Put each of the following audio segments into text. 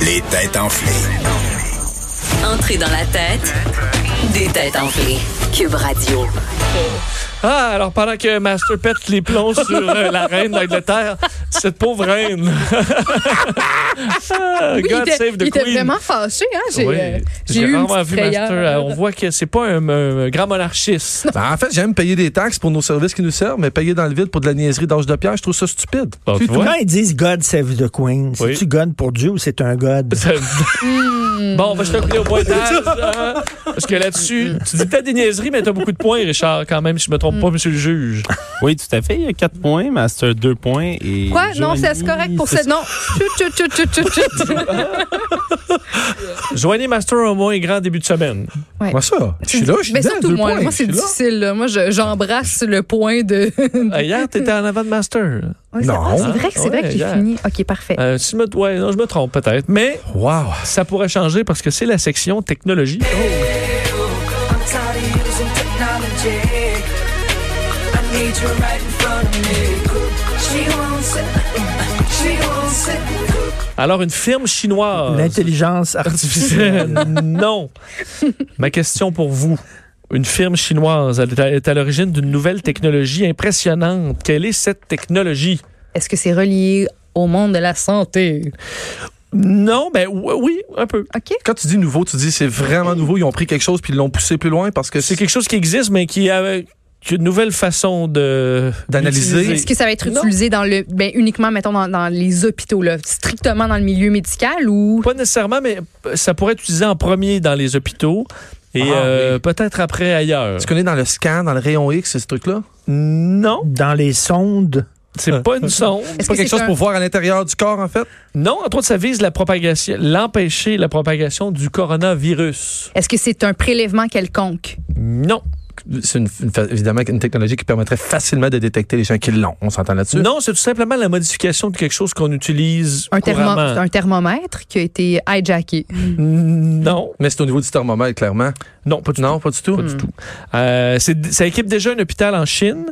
Les têtes enflées. Entrez dans la tête des têtes enflées. Cube Radio. Ah, alors pendant que Master pète les plombs sur euh, la reine d'Angleterre, cette pauvre reine. Ah, Oui, God il était, save the il était Queen. vraiment fâché, hein? J'ai Oui, euh, j'ai j'ai eu une rarement petite vu frayeur. Master. euh, On voit que c'est pas un, euh, grand monarchiste. Ben, en fait, j'aime payer des taxes pour nos services qui nous servent, mais payer dans le vide pour de la niaiserie d'âge de pierre, je trouve ça stupide. Bon, tu vois. Quand ils disent God save the Queen, Oui. c'est-tu God pour Dieu ou c'est un God? Ça- Hmm. bon, on va jeter un coup d'œil au pointage. hein, parce que là-dessus, tu dis peut-être des niaiseries, mais t'as beaucoup de points, Richard, quand même, si je me trompe pas, monsieur le juge. Oui, tout à fait. Il y a 4 points, Master 2 points et. Quoi? Non, Joanie, c'est c'est correct pour c'est cette. Non. Chut, chut, chut, chut, chut, chut. Joignez Master au moins grand début de semaine. Moi, ça, je suis là, je suis Mais dedans, surtout deux moi. points, Moi, je c'est suis là. difficile. là. Moi, je- j'embrasse le point de. Euh, Hier, t'étais en avant de Master. Ouais, Non. ah, C'est vrai que c'est vrai Ouais, que j'ai yeah. fini. OK, parfait. Euh, si je me, ouais, non, je me trompe peut-être. Mais Wow. ça pourrait changer parce que c'est la section technologie. Alors, une firme chinoise. L'intelligence artificielle. non. Ma question pour vous. Une firme chinoise elle est à- est à l'origine d'une nouvelle technologie impressionnante. Quelle est cette technologie? Est-ce que c'est relié au monde de la santé? Non, ben ou- oui, un peu. OK. Quand tu dis nouveau, tu dis c'est vraiment nouveau, ils ont pris quelque chose puis ils l'ont poussé plus loin parce que C'est c'est quelque chose qui existe, mais qui a euh, qui a une nouvelle façon de D'analyser. d'utiliser. Est-ce que ça va être Non. utilisé dans le. Ben, uniquement, mettons, dans, dans les hôpitaux, là, strictement dans le milieu médical ou. Pas nécessairement, mais ça pourrait être utilisé en premier dans les hôpitaux et Ah, euh, peut-être après ailleurs. tu connais dans le scan, dans le rayon X, ce truc-là? Non, Dans les sondes, c'est pas une sonde. C'est Est-ce pas que quelque c'est chose un- pour voir à l'intérieur du corps, en fait? Non, entre autres, ça vise la propagation, l'empêcher la propagation du coronavirus. Est-ce que c'est un prélèvement quelconque? Non, C'est une- une fa- évidemment une technologie qui permettrait facilement de détecter les gens qui l'ont. On s'entend là-dessus? non, c'est tout simplement la modification de quelque chose qu'on utilise Un, thermo- couramment. un thermomètre qui a été hijacké. Non, Mais c'est au niveau du thermomètre, clairement. non, pas du Non, pas du tout. Pas du tout. Euh, c'est- ça équipe déjà un hôpital en Chine.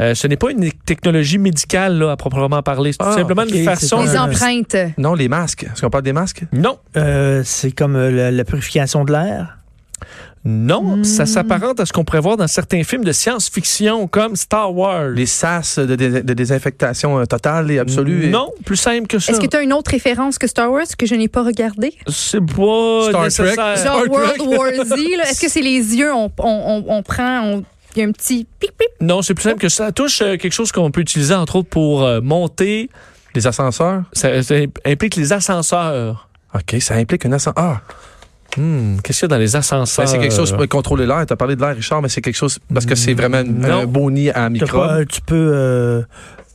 Euh, ce n'est pas une technologie médicale là, à proprement parler. C'est tout Ah, simplement ok, une c'est façon. un- Les euh, empreintes. Non, les masques. Est-ce qu'on parle des masques? Non, euh, c'est comme euh, la, la purification de l'air. non, Hmm. ça s'apparente à ce qu'on pourrait voir dans certains films de science-fiction comme Star Wars. Les sas de, dé- de désinfectation euh, totale et absolue? et- Non, plus simple que ça. Est-ce que tu as une autre référence que Star Wars que je n'ai pas regardée? C'est pas Euh, Star nécessaire. Genre World War Z, là. Est-ce que c'est les yeux, on, on- on- on prend, on- il y a un petit pic pic? Non, c'est plus simple que ça. Ça touche euh, quelque chose qu'on peut utiliser, entre autres, pour euh, monter. Les ascenseurs? Ça, ça implique les ascenseurs. OK, ça implique un ascenseur. Ah, Hmm, Qu'est-ce qu'il y a dans les ascenseurs? ben, c'est quelque chose pour contrôler l'air. Tu as parlé de l'air, Richard, mais c'est quelque chose. Parce que c'est vraiment un- Non. un beau nid à T'as microbes. pas- tu peux euh,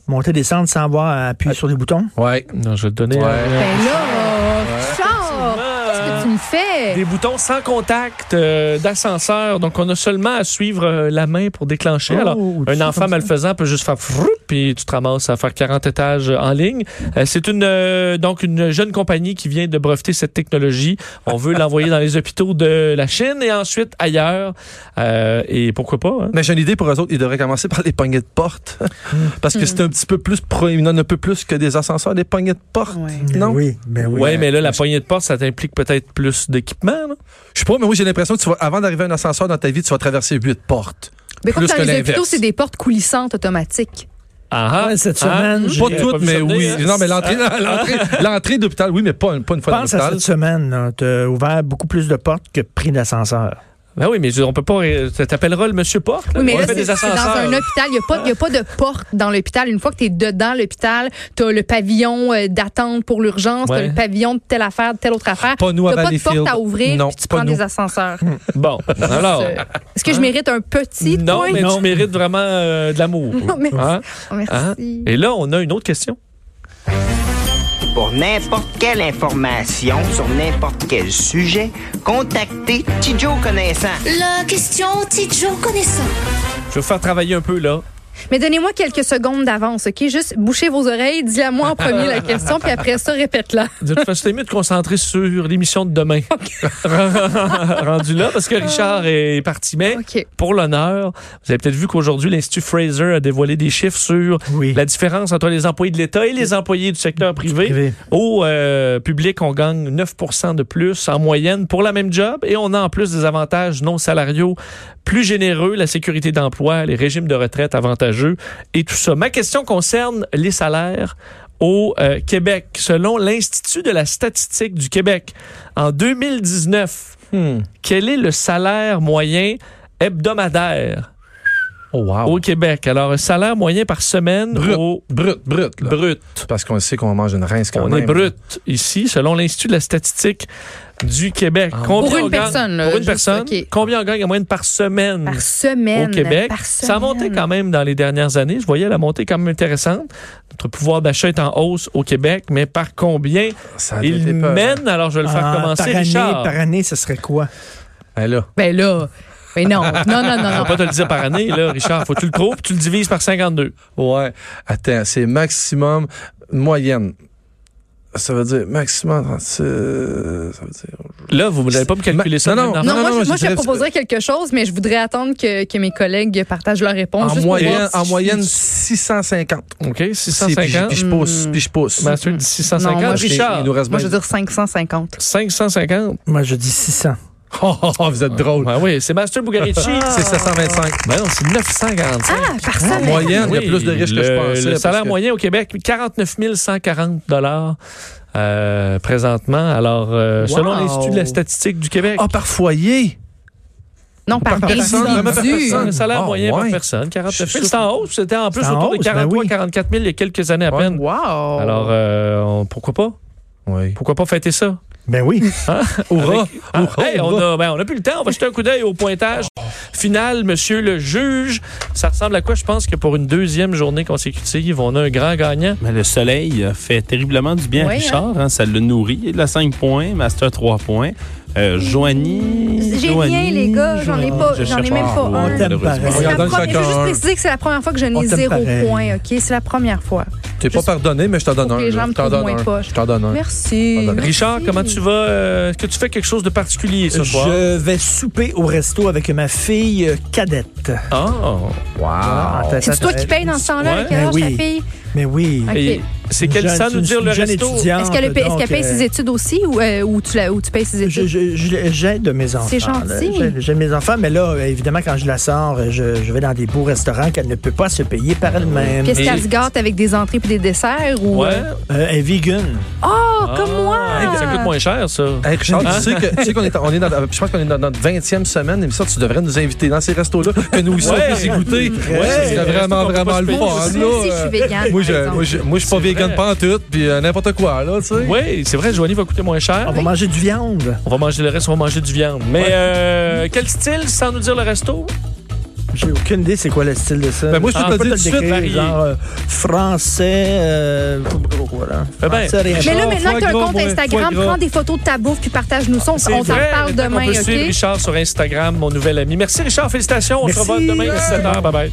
monter, descendre sans avoir à Ah. appuyer sur des boutons. Ouais. Non, je vais te donner... Ouais. euh, Ben là, Richard, qu'est-ce que tu me fais? Ah, Des boutons sans contact euh, d'ascenseur. Donc, on a seulement à suivre euh, la main pour déclencher. Oh, Alors, tu un sais, enfant comme ça. malfaisant peut juste faire frou, puis tu te ramasses à faire 40 étages euh, en ligne. Euh, c'est une euh, donc une jeune compagnie qui vient de breveter cette technologie. On veut l'envoyer dans les hôpitaux de la Chine et ensuite ailleurs. Euh, et pourquoi pas hein? Mais j'ai une idée pour eux autres. Ils devraient commencer par les poignées de porte. Parce que c'est un petit peu plus. pro- Il y en a un peu plus que des ascenseurs, les poignées de porte. Non? Ben Oui, mais oui. hein. Ouais, mais là, la poignée de porte, ça t'implique peut-être plus d'équipement. là. Je sais pas, mais moi, j'ai l'impression que tu vas, avant d'arriver à un ascenseur dans ta vie, tu vas traverser huit portes. Mais Ben, comme plus dans que les l'inverse. hôpitaux, c'est des portes coulissantes automatiques. Ah, Ouais, cette ah, semaine, j'ai- Pas j'ai toutes, vu mais ça oui. venir, hein. Non, mais l'entrée, l'entrée, l'entrée d'hôpital, oui, mais pas, une- pas une fois dans Pense à l'hôpital. cette semaine, tu as ouvert beaucoup plus de portes que prix d'ascenseur. Ben oui, mais je- on peut pas. euh, T'appelleras le monsieur porte. là. Oui, mais on là, fait des c'est c'est dans ascenseurs. un hôpital. Il n'y a, pas- y a pas de porte dans l'hôpital. Une fois que tu es dedans l'hôpital, tu as le pavillon euh, d'attente pour l'urgence, t'as Ouais. le pavillon de telle affaire, de telle autre affaire. Pas nous à T'as pas de Valleyfield. porte à ouvrir, Non, puis tu pas prends nous. des ascenseurs. Bon, alors. Euh, Est-ce que je mérite un petit Ah. non, point? mais tu mérites vraiment euh, de l'amour. Non, merci. Hein? Merci. Hein? Et là, on a une autre question. Pour n'importe quelle information sur n'importe quel sujet, contactez Tidjo Connaissant. La question, Tidjo connaissant. Je vais vous faire travailler un peu, là. Mais donnez-moi quelques secondes d'avance, OK? Juste bouchez vos oreilles, dis à moi en premier la question, puis après ça, répète-la. De toute façon, c'est mieux de concentrer sur l'émission de demain. Rendu là, parce que Richard est parti. Mais OK. pour l'honneur, vous avez peut-être vu qu'aujourd'hui, l'Institut Fraser a dévoilé des chiffres sur Oui. la différence entre les employés de l'État et les employés du secteur privé. Eh privé. Au euh, public, on gagne 9 de plus en moyenne pour la même job et on a en plus des avantages non salariaux plus généreux, la sécurité d'emploi, les régimes de retraite avantageux et tout ça. Ma question concerne les salaires au euh, Québec. Selon l'Institut de la statistique du Québec, en 2019, quel est le salaire moyen hebdomadaire Oh, wow. au Québec? Alors, un salaire moyen par semaine Brut. au Brut, brut. là. Oh. brut. Parce qu'on sait qu'on mange une rince quand On même. est brut ici, selon l'Institut de la statistique du Québec. Ah. Combien Pour une on gagne- personne, là, pour une juste, personne, ok. combien on gagne en moyenne par semaine Par semaine. au Québec? Par Ça a monté semaine. quand même dans les dernières années. Je voyais la montée quand même intéressante. Notre pouvoir d'achat est en hausse au Québec, mais par combien Ça a il été peur. mène? Alors, je vais le faire Ah, commencer, par année, Richard. par année, ce serait quoi? Eh là. Ben là. Mais non, non, non, non. On non. va pas te le dire par année, là, Richard. Faut que tu le trouves, tu le divises par 52. Ouais. Attends, c'est maximum moyenne. Ça veut dire maximum 36. euh, Ça veut dire. Là, vous n'allez pas me calculer ça. Non, non. maintenant. Non, non, moi, non, je, moi, je je dirais- proposerais quelque chose, mais je voudrais attendre que, que mes collègues partagent leur réponse. En Ah, juste pour moyenne, voir si en je- moyenne 650. OK, Puis je- 650. Puis je pousse, puis je Hmm. pousse. Mathieu dit Non, 650. moi, je- Il Richard, nous reste Ben, Moi, je veux bien- dire 550. 550. Moi, je dis 600. Oh, oh, oh, vous êtes drôle. Ah oui, c'est Master Bugarici. C'est 725. Ben non, c'est 945. Ah, par En semaine. moyenne, il y Oui, a plus de riches le- que je pensais. Le parce salaire que- moyen au Québec, 49 140 dollars euh, présentement. Alors, euh, selon Wow. l'Institut de la statistique du Québec, Ah, par foyer. Non, par, Par personne, même par individu. personne. le salaire Ah, moyen par ouais. personne, 49 000. Je suis C'est en hausse. C'était en plus C'est en autour de hausse, ben 43 000, oui. 44 000 il y a quelques années à Ouais. peine. Wow. Alors, euh, on- pourquoi pas? Oui. Pourquoi pas fêter ça? Ben oui. Hourra. Ah, Hourra, hey, on hourra. n'a ben, on a plus le temps. On va jeter un coup d'œil au pointage final, monsieur le juge. Ça ressemble à quoi? Je pense que pour une deuxième journée consécutive, on a un grand gagnant. Mais le soleil euh, fait terriblement du bien Oui, à hein. Richard. hein, ça le nourrit. Il a 5 points, Master 3 points. Euh, Joanie. J'ai rien, les gars. J'en ai pas- Je j'en ai cherche même pas mot, un. On t'aime malheureusement. Mais pareil. c'est la Regardons première- Je veux juste chacun. préciser que c'est la première fois que je On n'ai t'aime zéro pareil. point, OK? C'est la première fois. T'es pas Juste- pardonné, mais je t'en donne Faut un. que les gens là. me Je t'en trouvent donne moins un. poche. Je t'en donne un. Merci. Merci. Richard, comment tu vas? euh, Est-ce que tu fais quelque chose de particulier ce soir? Je vais souper au resto avec ma fille euh, cadette. Ah. Ah, en tête à C'est toi tête. qui payes dans ce temps-là, Ouais. avec quel Ben âge oui. ta fille? Mais oui. Ok. Et C'est Une quel jeune- sens nous une- dire le une jeune resto? étudiante, Est-ce qu'elle paye, est-ce donc, qu'elle paye euh, ses études aussi ou, euh, ou tu, la, ou tu payes ses Je, études? je, je- j'aide mes enfants. C'est là. gentil. J'aide- J'aide mes enfants, mais là, évidemment, quand je la sors, je, je vais dans des beaux restaurants qu'elle ne peut pas se payer par elle-même. Qu'est-ce Et- qu'elle se gâte avec des entrées puis des desserts? Ou, Ouais. euh, Euh, elle est vegan. Oh, comme moi! Ah, Ça coûte moins cher, ça. Hey Richard, Ah. tu sais que- tu sais qu'on est, on est dans, je pense qu'on est dans notre 20e semaine, et ça, tu devrais nous inviter dans ces restos-là, que nous aussi, Ouais. on puisse y goûter. Ouais. Ça serait Les restos qu'on vraiment, peut vraiment pas le se fun. payer là. aussi. Moi aussi, je suis végane, Moi, par je, exemple. moi, je, moi, je suis pas C'est vegan vrai. pantoute, puis euh, n'importe quoi, là, tu sais. Oui, c'est vrai, Joanie va coûter moins On cher. va manger du viande. On va manger le reste, on va manger du viande. Mais euh, quel style, sans nous dire le resto? J'ai aucune idée c'est quoi le style de ça. Ben, moi, je peux Ah, te le peux dire tout de décrire, suite, varié. genre euh, français, euh, quoi, là. Eh ben, Français, rien. Mais là, Genre, maintenant que foie tu as un gras, compte moi, Instagram, foie gras. prends des photos de ta bouffe puis partage-nous ça. On C'est on s'en vrai. parle Maintenant, demain, On peut OK? suivre Richard sur Instagram, mon nouvel ami. Merci, Richard. Félicitations. On Merci. se revoit demain à 17h. Bye bye.